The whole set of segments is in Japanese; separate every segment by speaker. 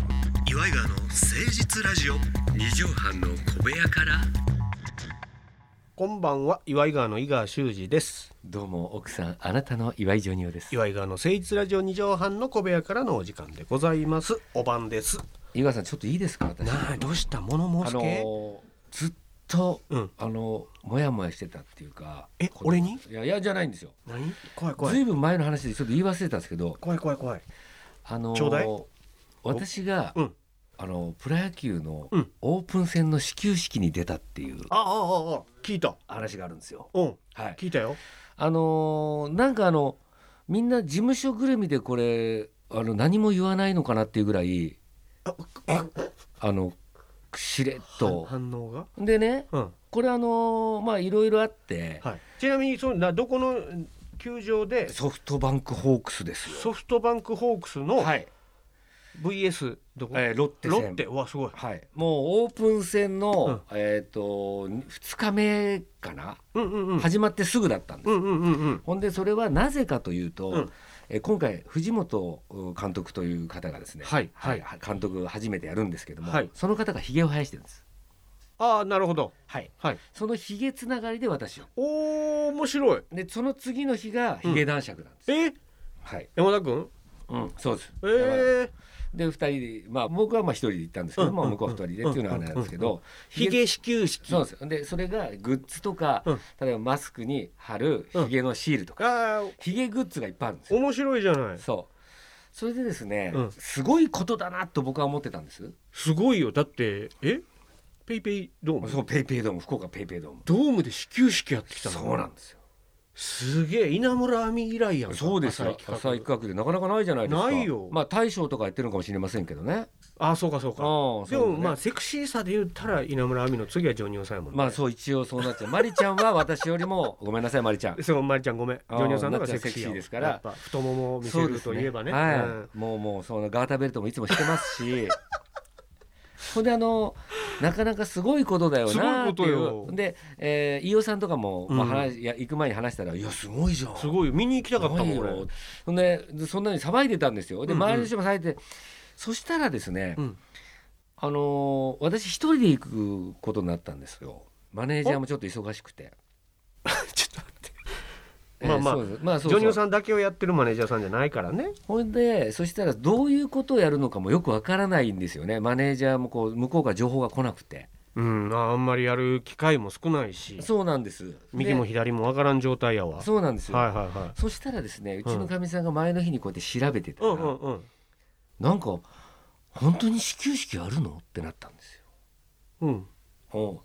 Speaker 1: イガーの誠実ラジオ
Speaker 2: 二畳半の小部屋から
Speaker 3: こんばんは岩井川の井川修司です
Speaker 2: どうも奥さんあなたの岩井ジョニオです
Speaker 3: 岩井川の誠実ラジオ二畳半の小部屋からのお時間でございますお晩です
Speaker 2: 井川さんちょっといいですか私
Speaker 3: なあどうした物
Speaker 2: あ
Speaker 3: 申す系、
Speaker 2: のずっと、
Speaker 3: うん
Speaker 2: あのモヤモヤしてたっていうか
Speaker 3: え
Speaker 2: この
Speaker 3: 俺に
Speaker 2: いやいやじゃないんですよ
Speaker 3: 何怖い怖
Speaker 2: ず
Speaker 3: い
Speaker 2: いぶん前の話でちょっと言い忘れたんですけど
Speaker 3: 怖い怖い怖い
Speaker 2: あの
Speaker 3: ちょうだい
Speaker 2: 私が、
Speaker 3: うん
Speaker 2: あのプロ野球の
Speaker 3: うん
Speaker 2: オープン戦の始球式に出たっていう
Speaker 3: あああああ聞いた
Speaker 2: 話があるんですよ。
Speaker 3: うん
Speaker 2: はい、
Speaker 3: 聞いたよ
Speaker 2: あのーなんかあのみんな事務所ぐるみでこれあの何も言わないのかなっていうぐらいあのしれっと。
Speaker 3: 反応が
Speaker 2: でね
Speaker 3: うん
Speaker 2: これあのーまあいろいろあって、
Speaker 3: はいちなみにそのなどこのうん球場で
Speaker 2: ソフトバンクホークスですよ。
Speaker 3: ソフトバンクホークスの
Speaker 2: はい、
Speaker 3: VS どこ、
Speaker 2: えーロッテ
Speaker 3: ロ
Speaker 2: 戦
Speaker 3: ッテうわすごい
Speaker 2: はい、もうオープン戦の、えっ、と2日目かな、
Speaker 3: うんうんうん
Speaker 2: 始まってすぐだったんです、
Speaker 3: うんうんうんうん
Speaker 2: ほんでそれはなぜかというと、
Speaker 3: うん
Speaker 2: えー今回藤本う監督という方がですね、
Speaker 3: はいはい
Speaker 2: 監督初めてやるんですけども、
Speaker 3: はい
Speaker 2: その方がひげを生やしてるんです、
Speaker 3: ああなるほど
Speaker 2: はい、
Speaker 3: はい
Speaker 2: そのひげつながりで私を
Speaker 3: おー面白い
Speaker 2: でその次の日がひげ男爵なんです、
Speaker 3: え
Speaker 2: はい、
Speaker 3: 山田君
Speaker 2: うん、そうです、
Speaker 3: ええ
Speaker 2: だから
Speaker 3: ー、
Speaker 2: で2人でまあ僕はまあ1人で行ったんですけど、
Speaker 3: うん
Speaker 2: まあ、向こうは2人でっていうのはあれなんですけど、
Speaker 3: ひげ始球式
Speaker 2: そうですでそれがグッズとか、
Speaker 3: うん
Speaker 2: 例えばマスクに貼る
Speaker 3: うん
Speaker 2: ひげのシールとか、
Speaker 3: ああ
Speaker 2: ひげグッズがいっぱいあるんですよ。
Speaker 3: 面白いじゃない
Speaker 2: そうそれでですね、
Speaker 3: うん
Speaker 2: すごいことだなと僕は思ってたんです。
Speaker 3: すごいよだってえペイペイドーム
Speaker 2: そうペイペイドーム福岡ペイペイドーム。
Speaker 3: ドームで始球式やってきたの
Speaker 2: そうなんですよ。
Speaker 3: すげえ稲村亜美以来やんか
Speaker 2: そうですよ。
Speaker 3: 浅井
Speaker 2: 浅
Speaker 3: 企
Speaker 2: い企画でなかなかないじゃないですか。
Speaker 3: ないよ
Speaker 2: まあ大将とかやってるのかもしれませんけどね。
Speaker 3: 画あそうかそう
Speaker 2: ああ
Speaker 3: か
Speaker 2: そう
Speaker 3: で
Speaker 2: いうの
Speaker 3: も
Speaker 2: ね
Speaker 3: まあセクシーさで言ったら稲村亜美の次はジョニオさんやもんね
Speaker 2: まあそう一応そうなっちゃう。マリちゃんは私よりもごめんなさいマリちゃん。
Speaker 3: そうマリちゃんごめんジ
Speaker 2: あー
Speaker 3: ョニオさんの方がセクシー
Speaker 2: なっちゃ
Speaker 3: やわ
Speaker 2: うセクシーですから
Speaker 3: やっぱ太ももを見せ
Speaker 2: そうで
Speaker 3: る
Speaker 2: す
Speaker 3: といえばね
Speaker 2: はい
Speaker 3: うん
Speaker 2: もうもうそのガーターベルトもいつもしてま すしほんであのなかなかすごいことだよなってい
Speaker 3: すごいことよ
Speaker 2: うで、えー飯尾さんとかも、まあ
Speaker 3: うん
Speaker 2: 話いや行く前に話したら「いやすごいじゃん」
Speaker 3: すごいよ見に行きたかったもん
Speaker 2: すごい
Speaker 3: 俺
Speaker 2: よほんででそんなに騒いでたんですよで
Speaker 3: うんうん
Speaker 2: 周りの人も騒いでて、そしたらですね、
Speaker 3: うん
Speaker 2: あのー私一人で行くことになったんですよマネージャーもちょっと忙しくて。
Speaker 3: ちょっと待って
Speaker 2: えー
Speaker 3: まあまあ
Speaker 2: そうですまあそう
Speaker 3: ジョニ
Speaker 2: そ
Speaker 3: オ
Speaker 2: う
Speaker 3: さんだけをやってるマネージャーさんじゃないからね
Speaker 2: ほんでそしたらどういうことをやるのかもよくわからないんですよねマネージャーもこう向こうから情報が来なくて
Speaker 3: うんああんまりやる機会も少ないし
Speaker 2: そうなんです
Speaker 3: 右も
Speaker 2: で
Speaker 3: 左もわからん状態やわ
Speaker 2: そうなんですよ、
Speaker 3: はいはいはい
Speaker 2: そしたらですねうちのかみさんが前の日にこうやって調べてた
Speaker 3: う
Speaker 2: ら、
Speaker 3: んうんうん
Speaker 2: なんか本当に始球式あるのってなったんです
Speaker 3: うん
Speaker 2: よ、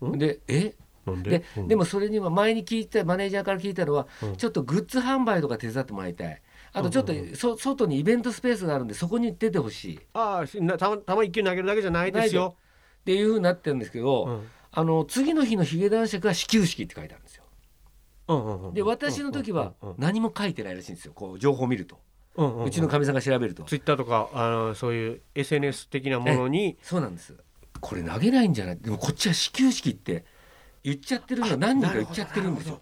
Speaker 3: うん
Speaker 2: でえ
Speaker 3: なん
Speaker 2: で
Speaker 3: でうん
Speaker 2: でもそれには前に聞いたマネージャーから聞いたのは、
Speaker 3: うん
Speaker 2: ちょっとグッズ販売とか手伝ってもらいたいあとちょっと、
Speaker 3: うんうん
Speaker 2: そ外にイベントスペースがあるんでそこに出てほしいっ
Speaker 3: ああしなたたま一球投げるだけじゃないですよ
Speaker 2: ていうふうになってるんですけど、
Speaker 3: うん
Speaker 2: あの次の日のヒゲ男爵は始球式って書いてあるんですよ
Speaker 3: うんうんうん
Speaker 2: で私の時は
Speaker 3: うんうん
Speaker 2: 何も書いてないらしいんですよこう情報を見ると
Speaker 3: うんうんうん
Speaker 2: うちのかみさんが調べると
Speaker 3: ツイッターとかあのそういう SNS 的なものに
Speaker 2: そうなんですこれ投げないんじゃないでもこっちは始球式って言っちゃってるのは何人か言っちゃってるんですよ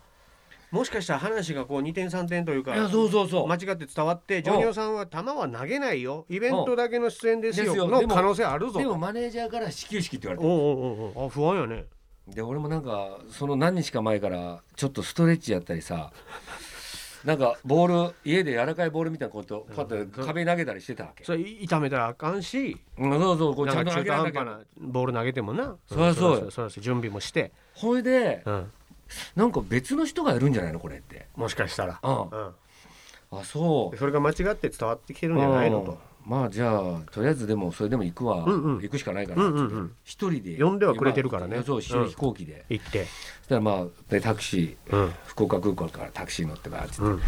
Speaker 3: もしかしたら話がこう二点三点という
Speaker 2: い
Speaker 3: か
Speaker 2: やそうそうそう、
Speaker 3: 間違って伝わってジョニオさんは球は投げないよイベントだけの出演です
Speaker 2: ですよ
Speaker 3: よ
Speaker 2: で
Speaker 3: の
Speaker 2: も
Speaker 3: 可能性あるぞ
Speaker 2: でもマネージャーから始球式って言われ
Speaker 3: おうおうおうおうあ不安やね
Speaker 2: てで俺もなんかその何日か前からちょっとストレッチやったりさ なんかボール家で柔らかいボールみたいなことパッと壁に投げたりしてたわけ、
Speaker 3: それ痛めたらあかんし
Speaker 2: うん、そうそうこうちゃ
Speaker 3: なんか中
Speaker 2: んと投げ
Speaker 3: 途
Speaker 2: ら
Speaker 3: 半
Speaker 2: れなき
Speaker 3: 端
Speaker 2: ゃ
Speaker 3: なボール投げてもな
Speaker 2: そりゃそうよ
Speaker 3: んそりゃそう準備もして、
Speaker 2: ほいで
Speaker 3: うん、
Speaker 2: なんか別の人がやるんじゃないのこれって
Speaker 3: もしかしたら、
Speaker 2: あ
Speaker 3: う
Speaker 2: あそ
Speaker 3: ん、
Speaker 2: う
Speaker 3: それが間違って伝わってきてるんじゃないのと
Speaker 2: うんまあじゃあとりあえずでもそれでも行くわ、
Speaker 3: うんうん
Speaker 2: 行くしかないから
Speaker 3: うんうんうん
Speaker 2: 一人で
Speaker 3: 呼んではくれてるからね
Speaker 2: まあそう
Speaker 3: う
Speaker 2: 一人
Speaker 3: ん
Speaker 2: 飛行機で、
Speaker 3: 言って、
Speaker 2: そしたらまあでタクシー
Speaker 3: うん
Speaker 2: 福岡空港からタクシー乗ってばーって
Speaker 3: うん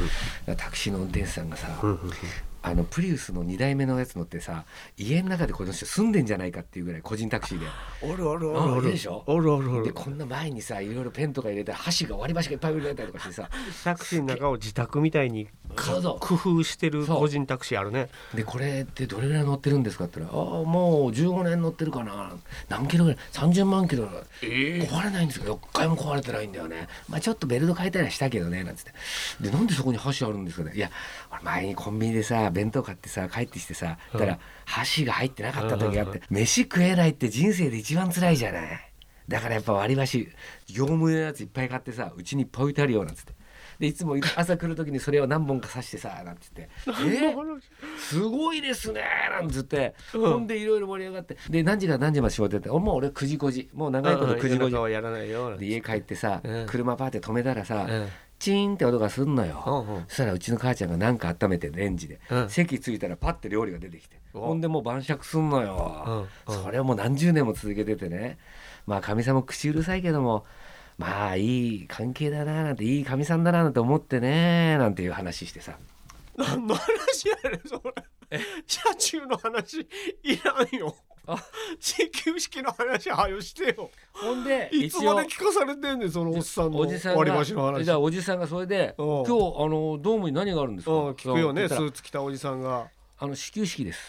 Speaker 3: うん
Speaker 2: タクシーの運転手さんがさ、
Speaker 3: うんうん、
Speaker 2: あのプリウスの2台目のやつ乗ってさ家の中でこの人住んでんじゃないかっていうぐらい個人タクシーで
Speaker 3: おるおる
Speaker 2: おるおるいいでしょ
Speaker 3: おるおるお
Speaker 2: で
Speaker 3: る
Speaker 2: こんな前にさいろいろペンとか入れて箸が割り箸がいっぱい入れたりとかしてさ
Speaker 3: タクシーの中を自宅みたいに
Speaker 2: そうそう
Speaker 3: 工夫してる個人タクシーあるね
Speaker 2: でこれってどれぐらい乗ってるんですかって言ったら「ああもう15年乗ってるかな何キロぐらい30万キロ
Speaker 3: え
Speaker 2: 壊れないんですけど一回も壊れてないんだよねまあちょっとベルト変えたりはしたけどね」なんつって「でなんでそこに箸あるんですかねいや俺前にコンビニでさ弁当買ってさ帰ってきてさ
Speaker 3: うん
Speaker 2: たら箸が入ってなかった時があっ
Speaker 3: うんうん
Speaker 2: て飯食えないって人生で一番辛いじゃないだからやっぱ割り箸業務用のやついっぱい買ってさうちにいっぱい置いてあるよなんつってでい つも朝来る時にそれを何本か刺してさなんつって「えすごいですね」なんつって
Speaker 3: うん
Speaker 2: ほんでいろいろ盛り上がってで何時から何時まで仕事やってもう俺9時5時もう長いこと9時5時
Speaker 3: やらないよ。
Speaker 2: で家帰ってさ、
Speaker 3: うん
Speaker 2: 車パーって止めたらさ、
Speaker 3: うん
Speaker 2: チーンって音がすんのよ、
Speaker 3: うんうん
Speaker 2: そしたらうちの母ちゃんがなんか温めてレンジで、
Speaker 3: うん
Speaker 2: 席着いたらパッて料理が出てきて
Speaker 3: うわ
Speaker 2: ほんでもう晩酌すんのよ、
Speaker 3: うんうん
Speaker 2: それをもう何十年も続けててねまあかみさんも口うるさいけどもまあいい関係だななんていいかみさんだななんて思ってねなんていう話してさ
Speaker 3: 何の話やねんそれ。車中の話いらんよ。地球式の話はよしてよ。
Speaker 2: ほんで
Speaker 3: いつまで聞かされてんねんそのおっさんの
Speaker 2: おじさん
Speaker 3: 割り箸の
Speaker 2: が
Speaker 3: 話。
Speaker 2: じゃあおじさんがそれで「
Speaker 3: う
Speaker 2: 今
Speaker 3: ん
Speaker 2: 日あのドームに何があるんですか?」
Speaker 3: うん聞くよね
Speaker 2: って
Speaker 3: ス
Speaker 2: 言ったら
Speaker 3: ーツ着たおじさんが
Speaker 2: あの始球式です」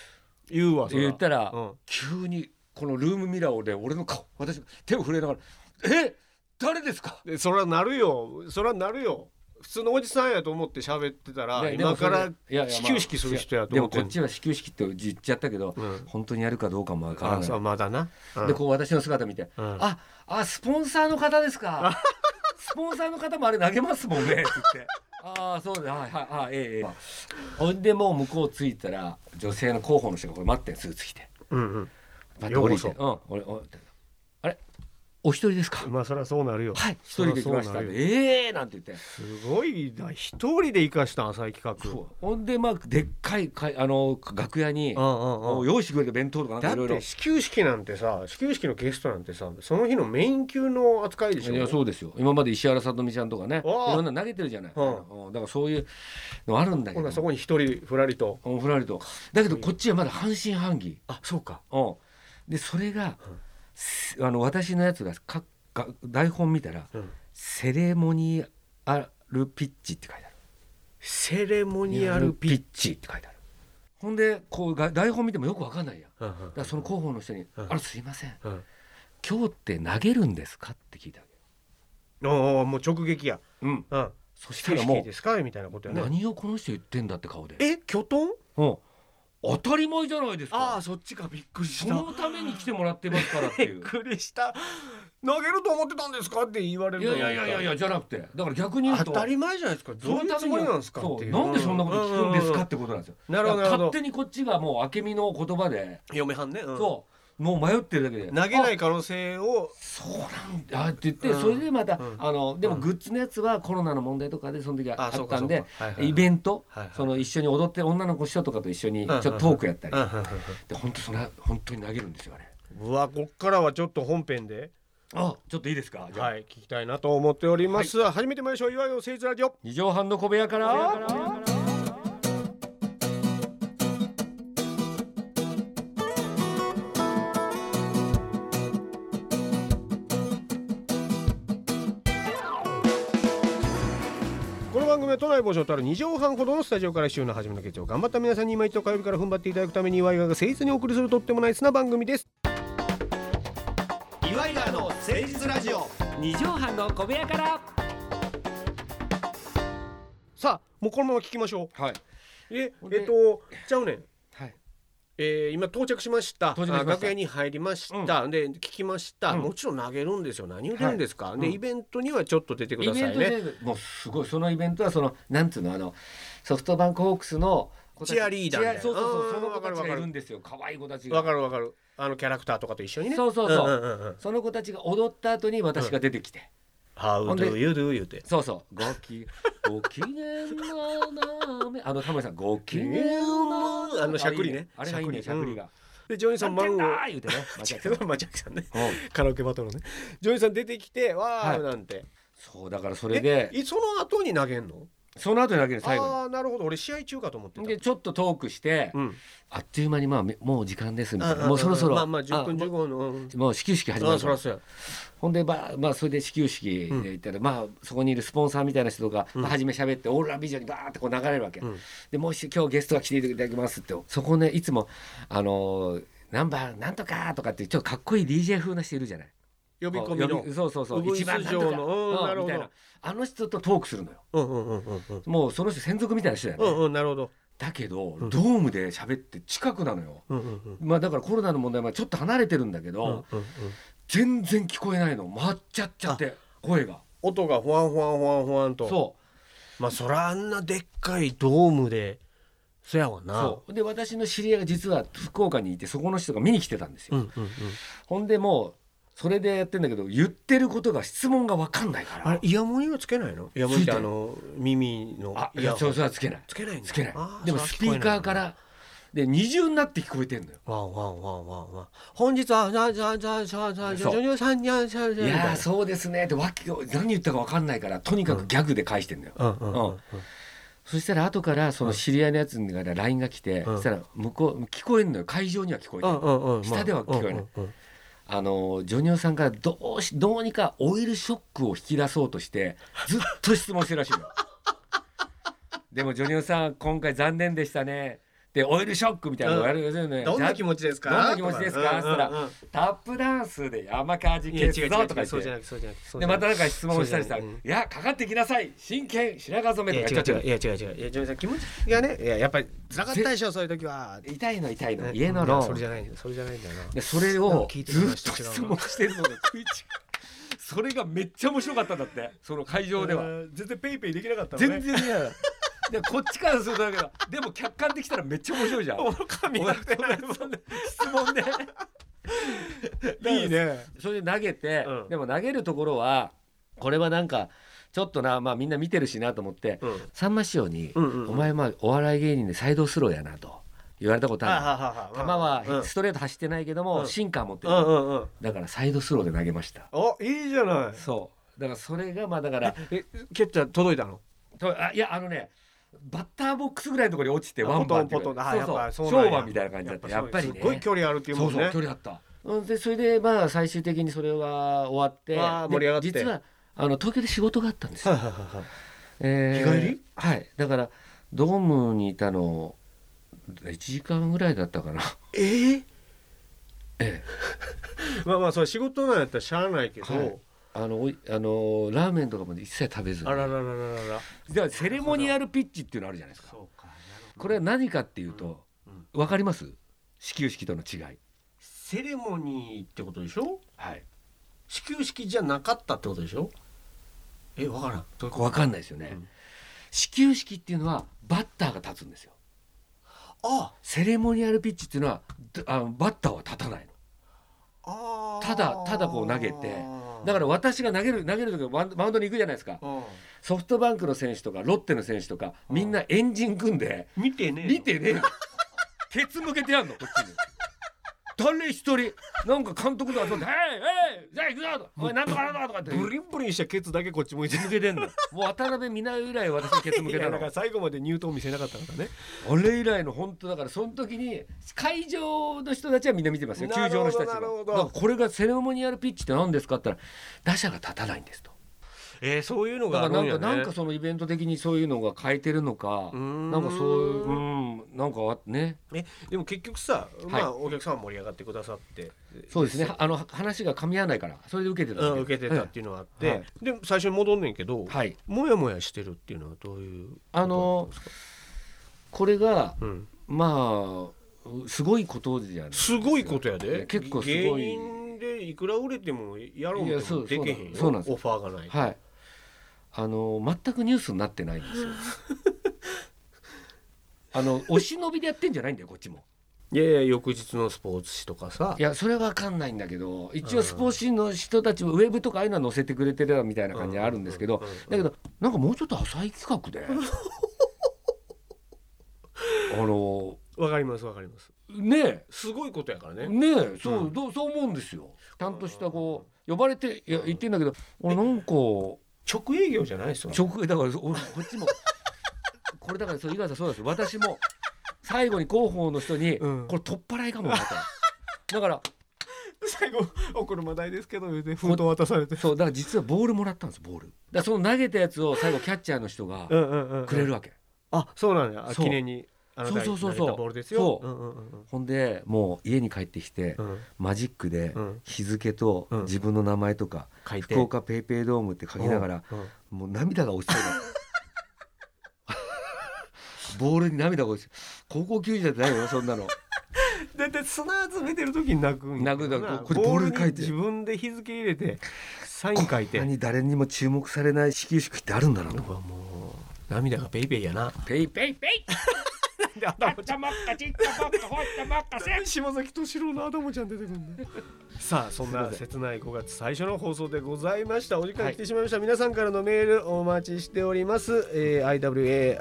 Speaker 3: 言うわ。そら
Speaker 2: 言ったら、
Speaker 3: うん
Speaker 2: 急にこのルームミラーで俺の顔私手を震えながら「え誰ですか?
Speaker 3: でそらなるよそらなるよ普通のおじさんやと思って喋ってたら
Speaker 2: ね」で
Speaker 3: 今
Speaker 2: もそ
Speaker 3: か
Speaker 2: れ
Speaker 3: ら
Speaker 2: いやいやまあ
Speaker 3: 始球式する人やと
Speaker 2: で
Speaker 3: 思
Speaker 2: も
Speaker 3: って
Speaker 2: こ
Speaker 3: ん
Speaker 2: っちは始球式って言っちゃったけど、
Speaker 3: うん
Speaker 2: 本当にやるかどうかもわから
Speaker 3: あ
Speaker 2: ない
Speaker 3: そうまだな、うん
Speaker 2: でこう私の姿見て「
Speaker 3: うん
Speaker 2: ああスポンサーの方で すかスポンサーの方もあれ投げますもんね」って言って。ああそうだはいはいはいええええほんでもう向こう着いたら女性の候補の人がこれ待ってんスーツ着て
Speaker 3: うん
Speaker 2: 待って降りて「
Speaker 3: よ
Speaker 2: う
Speaker 3: うん
Speaker 2: 俺おあれお一人ですか
Speaker 3: うんまあそりゃそうなるよ
Speaker 2: はい一人で来まし
Speaker 3: そらそう
Speaker 2: た
Speaker 3: なるよ
Speaker 2: ええー、なんて言って
Speaker 3: すごいな一人で生かした浅い企画
Speaker 2: そうほんでまあでっかいかいあの楽屋に
Speaker 3: うんうんうん
Speaker 2: もう用意してくれた弁当とかなん
Speaker 3: だ
Speaker 2: かいろ
Speaker 3: っ
Speaker 2: いろ
Speaker 3: て始球式なんてさ始球式のゲストなんてさその日のメイン級の扱いでしょ
Speaker 2: いやそうですよ今まで石原さとみちゃんとかねい
Speaker 3: ああ
Speaker 2: ろんなの投げてるじゃない、
Speaker 3: うん
Speaker 2: うんだからそういうのあるんだけ
Speaker 3: ほ
Speaker 2: ど
Speaker 3: なそこに一人ふらりと
Speaker 2: うんふらりとだけどこっちはまだ半信半疑、
Speaker 3: あそうか
Speaker 2: うん、でそれが、すあの私のやつがかが台本見たら
Speaker 3: うん
Speaker 2: 「セレモニアルピッチ」って書いてある
Speaker 3: セレモ
Speaker 2: 「
Speaker 3: ニアルピッ
Speaker 2: ッチ」って書いてあるほんでこうが台本見てもよくわかんないやん
Speaker 3: うん
Speaker 2: だからその広報の人に「
Speaker 3: うん
Speaker 2: あらすいません
Speaker 3: うんうん
Speaker 2: 今日って投げるんですか?」って聞いたわけよ
Speaker 3: ああもう直撃や
Speaker 2: うん、
Speaker 3: うん
Speaker 2: そし
Speaker 3: 始球
Speaker 2: たらも
Speaker 3: 式
Speaker 2: う
Speaker 3: ですかみたいなことやね
Speaker 2: 何をこの人言ってんだって顔で
Speaker 3: え巨トン
Speaker 2: うん当たり前じゃないです
Speaker 3: あ
Speaker 2: か
Speaker 3: あそっちかびっくりし
Speaker 2: そ
Speaker 3: た
Speaker 2: のために来てもらってますからって
Speaker 3: び
Speaker 2: い
Speaker 3: っ
Speaker 2: う
Speaker 3: くりした投げると思ってたんですかって言われ
Speaker 2: い
Speaker 3: る
Speaker 2: やいやいやいやいやじゃなくてだから逆に言うと
Speaker 3: 当たり前じゃないですか
Speaker 2: そ
Speaker 3: ど
Speaker 2: の
Speaker 3: ういう
Speaker 2: た
Speaker 3: つ
Speaker 2: めに
Speaker 3: もりなんですか
Speaker 2: そ
Speaker 3: って
Speaker 2: う
Speaker 3: いう
Speaker 2: なんでそんなこと聞くんですかってことなんですよ
Speaker 3: なるほど
Speaker 2: だ
Speaker 3: な
Speaker 2: から
Speaker 3: るほ
Speaker 2: 勝手にこっちがもう明美の言葉で、
Speaker 3: ど嫁はんねうん
Speaker 2: そうもう迷ってるだけで
Speaker 3: 投げないい可能性を
Speaker 2: そうなんだって言って、
Speaker 3: うん
Speaker 2: それでまた、
Speaker 3: うん
Speaker 2: あのでも
Speaker 3: うん
Speaker 2: グッズのやつはコロナの問題とかでその時はあ
Speaker 3: あそ
Speaker 2: っ
Speaker 3: うか
Speaker 2: た
Speaker 3: そ
Speaker 2: ん
Speaker 3: うか
Speaker 2: で
Speaker 3: はいはい
Speaker 2: イベント、
Speaker 3: はいはい
Speaker 2: その一緒に踊ってる女の子人とかと一緒にちょっとトークやったり、で本当それ本当に投げるんですよあれ
Speaker 3: うわこっからはちょっと本編で
Speaker 2: あちょっといいですかじゃあ、
Speaker 3: はい聞きたいなと思っております初めて参りましょういわゆる政治ラジオ
Speaker 2: 二畳半の小部屋から
Speaker 3: この番組は都内某所とある2畳半ほどのスタジオから週の初めの月曜頑張った皆さんに今一度火曜日から踏ん張っていただくために岩井川が誠実にお送りするとってもナイスな番組です岩井川の誠実ラジオ
Speaker 2: 二畳半の小部屋から
Speaker 3: さあもうこのまま聞きましょ
Speaker 2: はい、
Speaker 3: うえ
Speaker 2: ほんで
Speaker 3: えっとちゃうねん
Speaker 2: はい、
Speaker 3: えー、今到着しました
Speaker 2: 到着しました
Speaker 3: あ楽屋に入りました、で聞きました、
Speaker 2: うん
Speaker 3: もちろん投げるんですよ何言うんですか、で
Speaker 2: うん
Speaker 3: イベントにはちょっと出てく
Speaker 2: イ
Speaker 3: だ
Speaker 2: ベ
Speaker 3: さ
Speaker 2: ン
Speaker 3: い
Speaker 2: ト
Speaker 3: ね
Speaker 2: でもうすごいそのイベントはそのなんつうのあのソフトバンクホークスの子たち
Speaker 3: チアリーダーみたいな
Speaker 2: チアそうそう
Speaker 3: うん
Speaker 2: そうその子た
Speaker 3: わか
Speaker 2: ち
Speaker 3: るわか
Speaker 2: がい
Speaker 3: る
Speaker 2: るんですよ可愛い子たち
Speaker 3: わ
Speaker 2: が
Speaker 3: かるわかるあのキャラクターとかと一緒にね
Speaker 2: そうそうそうん
Speaker 3: うんうん
Speaker 2: その子たちが踊った後に私が出てきて、
Speaker 3: How
Speaker 2: ほんで
Speaker 3: do you do 言うて
Speaker 2: そうそうごきご機嫌なめあのタモリさんご機嫌な
Speaker 3: あのしゃくりね
Speaker 2: あれがいいねし
Speaker 3: し
Speaker 2: ゃ
Speaker 3: ゃく
Speaker 2: く
Speaker 3: り
Speaker 2: りが
Speaker 3: でジョニーさんマンゴー
Speaker 2: 言うてね間違え
Speaker 3: 違う マジャクさんね
Speaker 2: たうん
Speaker 3: カラオケバトルねジョニーさん出てきてわ
Speaker 2: は
Speaker 3: ー
Speaker 2: い
Speaker 3: なんて、
Speaker 2: そうだからそれで
Speaker 3: えいその後に投げんの
Speaker 2: その後にだけで最後
Speaker 3: ああーなるほど俺試合中かと思って
Speaker 2: に
Speaker 3: た
Speaker 2: でちょっとトークして、
Speaker 3: うん
Speaker 2: あっという間にまあめもう時間ですみたい
Speaker 3: あ
Speaker 2: な
Speaker 3: あ
Speaker 2: もうそろそろ
Speaker 3: まあまあ10分
Speaker 2: あ
Speaker 3: 15分のうん
Speaker 2: もう始球式始ま
Speaker 3: あ
Speaker 2: る
Speaker 3: そ
Speaker 2: からら
Speaker 3: そうや
Speaker 2: ほんでまあ、まあ、それで始球式で行ったら、まあそこにいるスポンサーみたいな人とか、まあ、初め喋ってオーロラビジョンにバーってこう流れるわけ、
Speaker 3: ん
Speaker 2: でもう一度今日ゲストが来ていただきますってそこねいつもあのーナンバーなんとかとかってちょっとかっこいい DJ 風な人いるじゃない
Speaker 3: 呼び込み
Speaker 2: こ
Speaker 3: の
Speaker 2: う呼びそうそうそう
Speaker 3: ウグイ
Speaker 2: 一
Speaker 3: ス
Speaker 2: 番なん
Speaker 3: 嬢
Speaker 2: とか
Speaker 3: のうんなる
Speaker 2: う
Speaker 3: ほど
Speaker 2: んみたいなあの人とトークするのよ
Speaker 3: うんうんうんうんうん
Speaker 2: もうその人専属みたいな人だよね、
Speaker 3: うんうんなるほど
Speaker 2: だけど
Speaker 3: うん
Speaker 2: ドームで喋って近くなのよ、
Speaker 3: うんうんうん
Speaker 2: まあだからコロナの問題もちょっと離れてるんだけど、
Speaker 3: うんうんうん
Speaker 2: 全然聞こえないの回っちゃっちゃって声が
Speaker 3: 音がほわんほわんほわんほわんと
Speaker 2: そう
Speaker 3: まあそらあんなでっかいドームでそやわな
Speaker 2: そうで私の知り合いが実は福岡にいてそこの人が見に来てたんですよ、
Speaker 3: うんうんうん
Speaker 2: ほんでもうそれでやってんだけど言ってることが質問が分かんないから
Speaker 3: あれイヤモニはつけないのイヤモニってあの耳の
Speaker 2: あい
Speaker 3: イヤ
Speaker 2: や
Speaker 3: ホ
Speaker 2: そ
Speaker 3: ン
Speaker 2: うそれはつけない
Speaker 3: つけないんだ
Speaker 2: つけない
Speaker 3: あ
Speaker 2: でもスピーカーかららで二重になって聞こえてんのよ
Speaker 3: わんわんわんわんわん本日はじゃあじゃあじゃあじゃあじゃあじゃあじゃあじゃあじゃあじゃあ
Speaker 2: い
Speaker 3: じゃあじゃあじゃあ
Speaker 2: やーそうですねってわけ何言ったか分かんないからとにかくギャグで返してんのよ、
Speaker 3: うんうんうんうん
Speaker 2: そしたら後からその知り合いのやつから LINE が来て、
Speaker 3: うん
Speaker 2: そしたら向こう聞こえんのよ会場には聞こえて
Speaker 3: う
Speaker 2: る、
Speaker 3: んうんうん
Speaker 2: 下では聞こえない
Speaker 3: うんうんうん
Speaker 2: あのジョニオさんからどうしどうにかオイルショックを引き出そうとしてずっと質問してるらしいの でもジョニオさん今回残念でしたねでオイルショックみたいなのやるよね、
Speaker 3: どんな気持ちですか
Speaker 2: どんな気持ちですか
Speaker 3: うんうんうん
Speaker 2: そタップダンスで山火事
Speaker 3: いや違う
Speaker 2: 消す
Speaker 3: 違う違
Speaker 2: ぞ
Speaker 3: う
Speaker 2: とか
Speaker 3: そうじゃ
Speaker 2: 言っ
Speaker 3: なくそうじゃなくそう
Speaker 2: て
Speaker 3: じ
Speaker 2: で
Speaker 3: ゃな
Speaker 2: ま
Speaker 3: く
Speaker 2: たなんか質問したりしたら「い
Speaker 3: そうじゃない
Speaker 2: やかかってきなさい真剣白髪染
Speaker 3: い
Speaker 2: め」
Speaker 3: や
Speaker 2: と
Speaker 3: 違
Speaker 2: か
Speaker 3: う
Speaker 2: 言っち
Speaker 3: 違
Speaker 2: ゃっ
Speaker 3: う
Speaker 2: て
Speaker 3: いや違う違ういやジョニーさん気持ちがねいややっぱり辛かったでしょそういう時は
Speaker 2: 痛いの痛いの
Speaker 3: ね
Speaker 2: 家の
Speaker 3: い
Speaker 2: ロ
Speaker 3: やそれじ
Speaker 2: ーン
Speaker 3: ゃないんだよそれじゃないんだよな
Speaker 2: でそれ
Speaker 3: なん
Speaker 2: を
Speaker 3: か聞
Speaker 2: ず
Speaker 3: い
Speaker 2: って
Speaker 3: る話
Speaker 2: と
Speaker 3: と違うな
Speaker 2: 質問してるのが食い違うそれがめっちゃ面白かったんだってその会場では。
Speaker 3: 全然ペイペイできなかった
Speaker 2: 全然いやでこっちからするとだけどでも客観できたらめっちゃ面白いじゃん
Speaker 3: お髪
Speaker 2: お
Speaker 3: が
Speaker 2: 前そんな質問で
Speaker 3: いいね
Speaker 2: それで投げて、
Speaker 3: うん
Speaker 2: でも投げるところはこれはなんかちょっとな、まあ、みんな見てるしなと思って、
Speaker 3: うん
Speaker 2: さんま師匠に、
Speaker 3: うんうんうん
Speaker 2: お前まあお笑い芸人でサイドスローやな」と言われたことある球はストレート走ってないけども、
Speaker 3: うん
Speaker 2: シンカー持って
Speaker 3: う
Speaker 2: る、
Speaker 3: んうんうん
Speaker 2: だからサイドスローで投げました、
Speaker 3: おいいじゃない
Speaker 2: そうだからそれがまあだから
Speaker 3: えケッチャー届いたの
Speaker 2: とあいやあのねバッターボックスぐらいのところに落ちてワンバンっていう
Speaker 3: ポトンポトンあ
Speaker 2: そう
Speaker 3: やっぱ
Speaker 2: そ
Speaker 3: そうなん
Speaker 2: う
Speaker 3: や
Speaker 2: 商売みたいな感じだったやっぱり
Speaker 3: す
Speaker 2: ね
Speaker 3: っごい距離あるっていう
Speaker 2: そ
Speaker 3: も
Speaker 2: うんそう
Speaker 3: ね
Speaker 2: 距離あったうんでそれでまあ最終的にそれが終わって
Speaker 3: わあ
Speaker 2: で
Speaker 3: 盛り上がって
Speaker 2: 実はあの東京で仕事があったんですよ、
Speaker 3: はいはいはいはい
Speaker 2: え
Speaker 3: 日帰り
Speaker 2: はいだからドームにいたの1時間ぐらいだったかな
Speaker 3: えー
Speaker 2: え
Speaker 3: まあまあそれ仕事なんやったらしゃあないけど、
Speaker 2: はいあのおいあのラーメンとかも一切食べずに
Speaker 3: あらららららら
Speaker 2: ではセレモニアルピッチっていうのあるじゃないですか
Speaker 3: うか
Speaker 2: これは何かっていうと、
Speaker 3: うん
Speaker 2: わかります始球式との違い
Speaker 3: セレモニーってことでしょ
Speaker 2: はい
Speaker 3: 始球式じゃなかったってことでしょえわからんどういうこと
Speaker 2: わかんないですよね、
Speaker 3: うん
Speaker 2: 始球式っていうのはバッターが立つんですよ
Speaker 3: あ
Speaker 2: セレモニアルピッチっていうのはどあのバッターは立たないの
Speaker 3: あー
Speaker 2: ただただこう投げてだから私が投げる投げる時はマウンマウンドに行くじゃないですか
Speaker 3: うん
Speaker 2: ソフトバンクの選手とかロッテの選手とかみんなエンジン組んで
Speaker 3: 見てね
Speaker 2: 見てねえのケツ向けてやんのこっちに誰一人なんか監督とかと「はいはいじゃあ行くぞ」とか「お前なんとかなんとか」とかって
Speaker 3: ブリンブリンしたケツだけこっち向いて
Speaker 2: 向けて んのもう渡辺美奈代以来私にケツ向
Speaker 3: い
Speaker 2: け
Speaker 3: や
Speaker 2: た
Speaker 3: だ
Speaker 2: の
Speaker 3: から最後までニュートン見せなかったからね
Speaker 2: あれ以来の本当だからその時に会場の人たちはみんな見てますよ球
Speaker 3: なるほど
Speaker 2: 場の人たちは
Speaker 3: なるほど
Speaker 2: だからこれがセレモニアルピッチって何ですかって言ったら打者が立たないんですと
Speaker 3: えー、そういうの
Speaker 2: だ
Speaker 3: が
Speaker 2: か
Speaker 3: あ
Speaker 2: らな
Speaker 3: るん
Speaker 2: ん
Speaker 3: や
Speaker 2: か、
Speaker 3: ね
Speaker 2: なんかそのイベント的にそういうのが変えてるのか
Speaker 3: うーん
Speaker 2: なんかそういううんなんかあね
Speaker 3: えでも結局さ、ま
Speaker 2: は
Speaker 3: あお客さんは盛り上がってくださって
Speaker 2: そうですねあの話が噛み合わないからそれで受けてただ
Speaker 3: う
Speaker 2: け
Speaker 3: ん、受けてたっ
Speaker 2: え
Speaker 3: ていうのがあって、
Speaker 2: はい
Speaker 3: で最初に戻んねんけど、
Speaker 2: えはい
Speaker 3: もやもやしてるっていうのはどういう
Speaker 2: あのこれが
Speaker 3: うん、
Speaker 2: まあうすごいことじゃない
Speaker 3: すごいことやで
Speaker 2: 結構すごい
Speaker 3: 芸人でいくら売れてもやろうみた
Speaker 2: いや
Speaker 3: い
Speaker 2: そう
Speaker 3: できへんよ
Speaker 2: そうなんです
Speaker 3: オファーがない、
Speaker 2: はいあの全くニュースになってない んですよあのお忍びでやってんじゃないんだよこっちも
Speaker 3: い、やいや翌日のスポーツ紙とかさ
Speaker 2: いやそれは分かんないんだけど一
Speaker 3: う
Speaker 2: 応
Speaker 3: ん
Speaker 2: スポーツ紙の人たちもウェブとかああいうのは載せてくれてるみたいな感じはあるんですけど
Speaker 3: うんうんうんうん
Speaker 2: だけどなんかもうちょっと浅い企画で あの
Speaker 3: わかりますわかります
Speaker 2: ね
Speaker 3: すごいことやから
Speaker 2: え
Speaker 3: ね
Speaker 2: ねえそう、
Speaker 3: うん
Speaker 2: どうそう思うんですよちゃんとしたこう呼ばれていや言ってんだけど俺なんか
Speaker 3: 直営業じゃないですよ
Speaker 2: 直だからそ俺こっちも これだからそう井川さんそうなんですよ私も最後に広報の人に、
Speaker 3: うん
Speaker 2: これ取っ払いかもなとだから
Speaker 3: 最後お車代ですけど言うて封筒渡されて
Speaker 2: そうだから実はボールもらったんですボールだからその投げたやつを最後キャッチャーの人が
Speaker 3: うんうんうん
Speaker 2: くれるわけ、
Speaker 3: あそうなんやあ
Speaker 2: そう
Speaker 3: 記念にあなたに
Speaker 2: そうそうそ
Speaker 3: 投
Speaker 2: うそう
Speaker 3: げたボールですよ
Speaker 2: そうん
Speaker 3: うんうん
Speaker 2: ほんでもう家に帰ってきて、
Speaker 3: うんうん
Speaker 2: マジックで
Speaker 3: うん
Speaker 2: 日付と
Speaker 3: うん
Speaker 2: 自分の名前とか、
Speaker 3: 書いて
Speaker 2: 福岡ペイペイドームって書きながら、
Speaker 3: うんうん
Speaker 2: もう涙が落ちそうだボールに涙が落ちて高校球児だってないよそんなの
Speaker 3: だって砂集めてる時に泣くんやけどな
Speaker 2: 泣くだこれボールに
Speaker 3: ボールに
Speaker 2: 書いて
Speaker 3: 自分で日付入れてサイン書いて
Speaker 2: 他に誰にも注目されない始球式ってあるんだろうな
Speaker 3: うわもう涙がペイペイや な
Speaker 2: ペイペイペイ
Speaker 3: で頭ちゃん島崎敏郎の頭ちゃん出てくるんださあそんな切ない5月最初の放送でございましたお時間来てしまいました、皆さんからのメールお待ちしております、えー、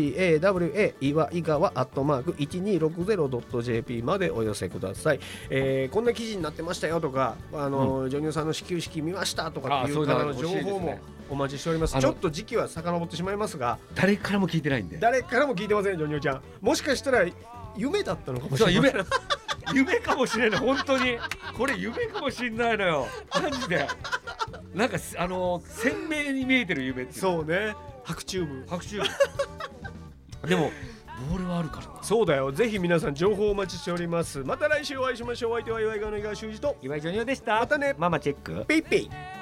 Speaker 3: IWAIGAWA 岩井川アットマーク 1260.jp までお寄せください、えーこんな記事になってましたよとかあの、ジョニオさんの始球式見ましたとかってい
Speaker 2: あそううだ
Speaker 3: 方の情
Speaker 2: 欲しいで
Speaker 3: 報
Speaker 2: す
Speaker 3: も
Speaker 2: ね
Speaker 3: お待ちしております
Speaker 2: あ
Speaker 3: ち
Speaker 2: の
Speaker 3: ょっと時期は遡ってしまいますが
Speaker 2: 誰からも聞いてないんで
Speaker 3: 誰からも聞いてませんジョニオちゃんもしかしたら夢だったのかもしれ
Speaker 2: そう
Speaker 3: ない
Speaker 2: 夢夢かもしれない本当にこれ夢かもしれないのよマジでなんかあの鮮明に見えてる夢っていう
Speaker 3: そうね白チューブ
Speaker 2: 拍手でもボールはあるからな
Speaker 3: そうだよぜひ皆さん情報お待ちしておりますまた来週お会いしましょうお相手は岩井川の井川修司と
Speaker 2: 岩井ジョニオでした
Speaker 3: またね
Speaker 2: ママチェック
Speaker 3: ペイペイ
Speaker 4: 「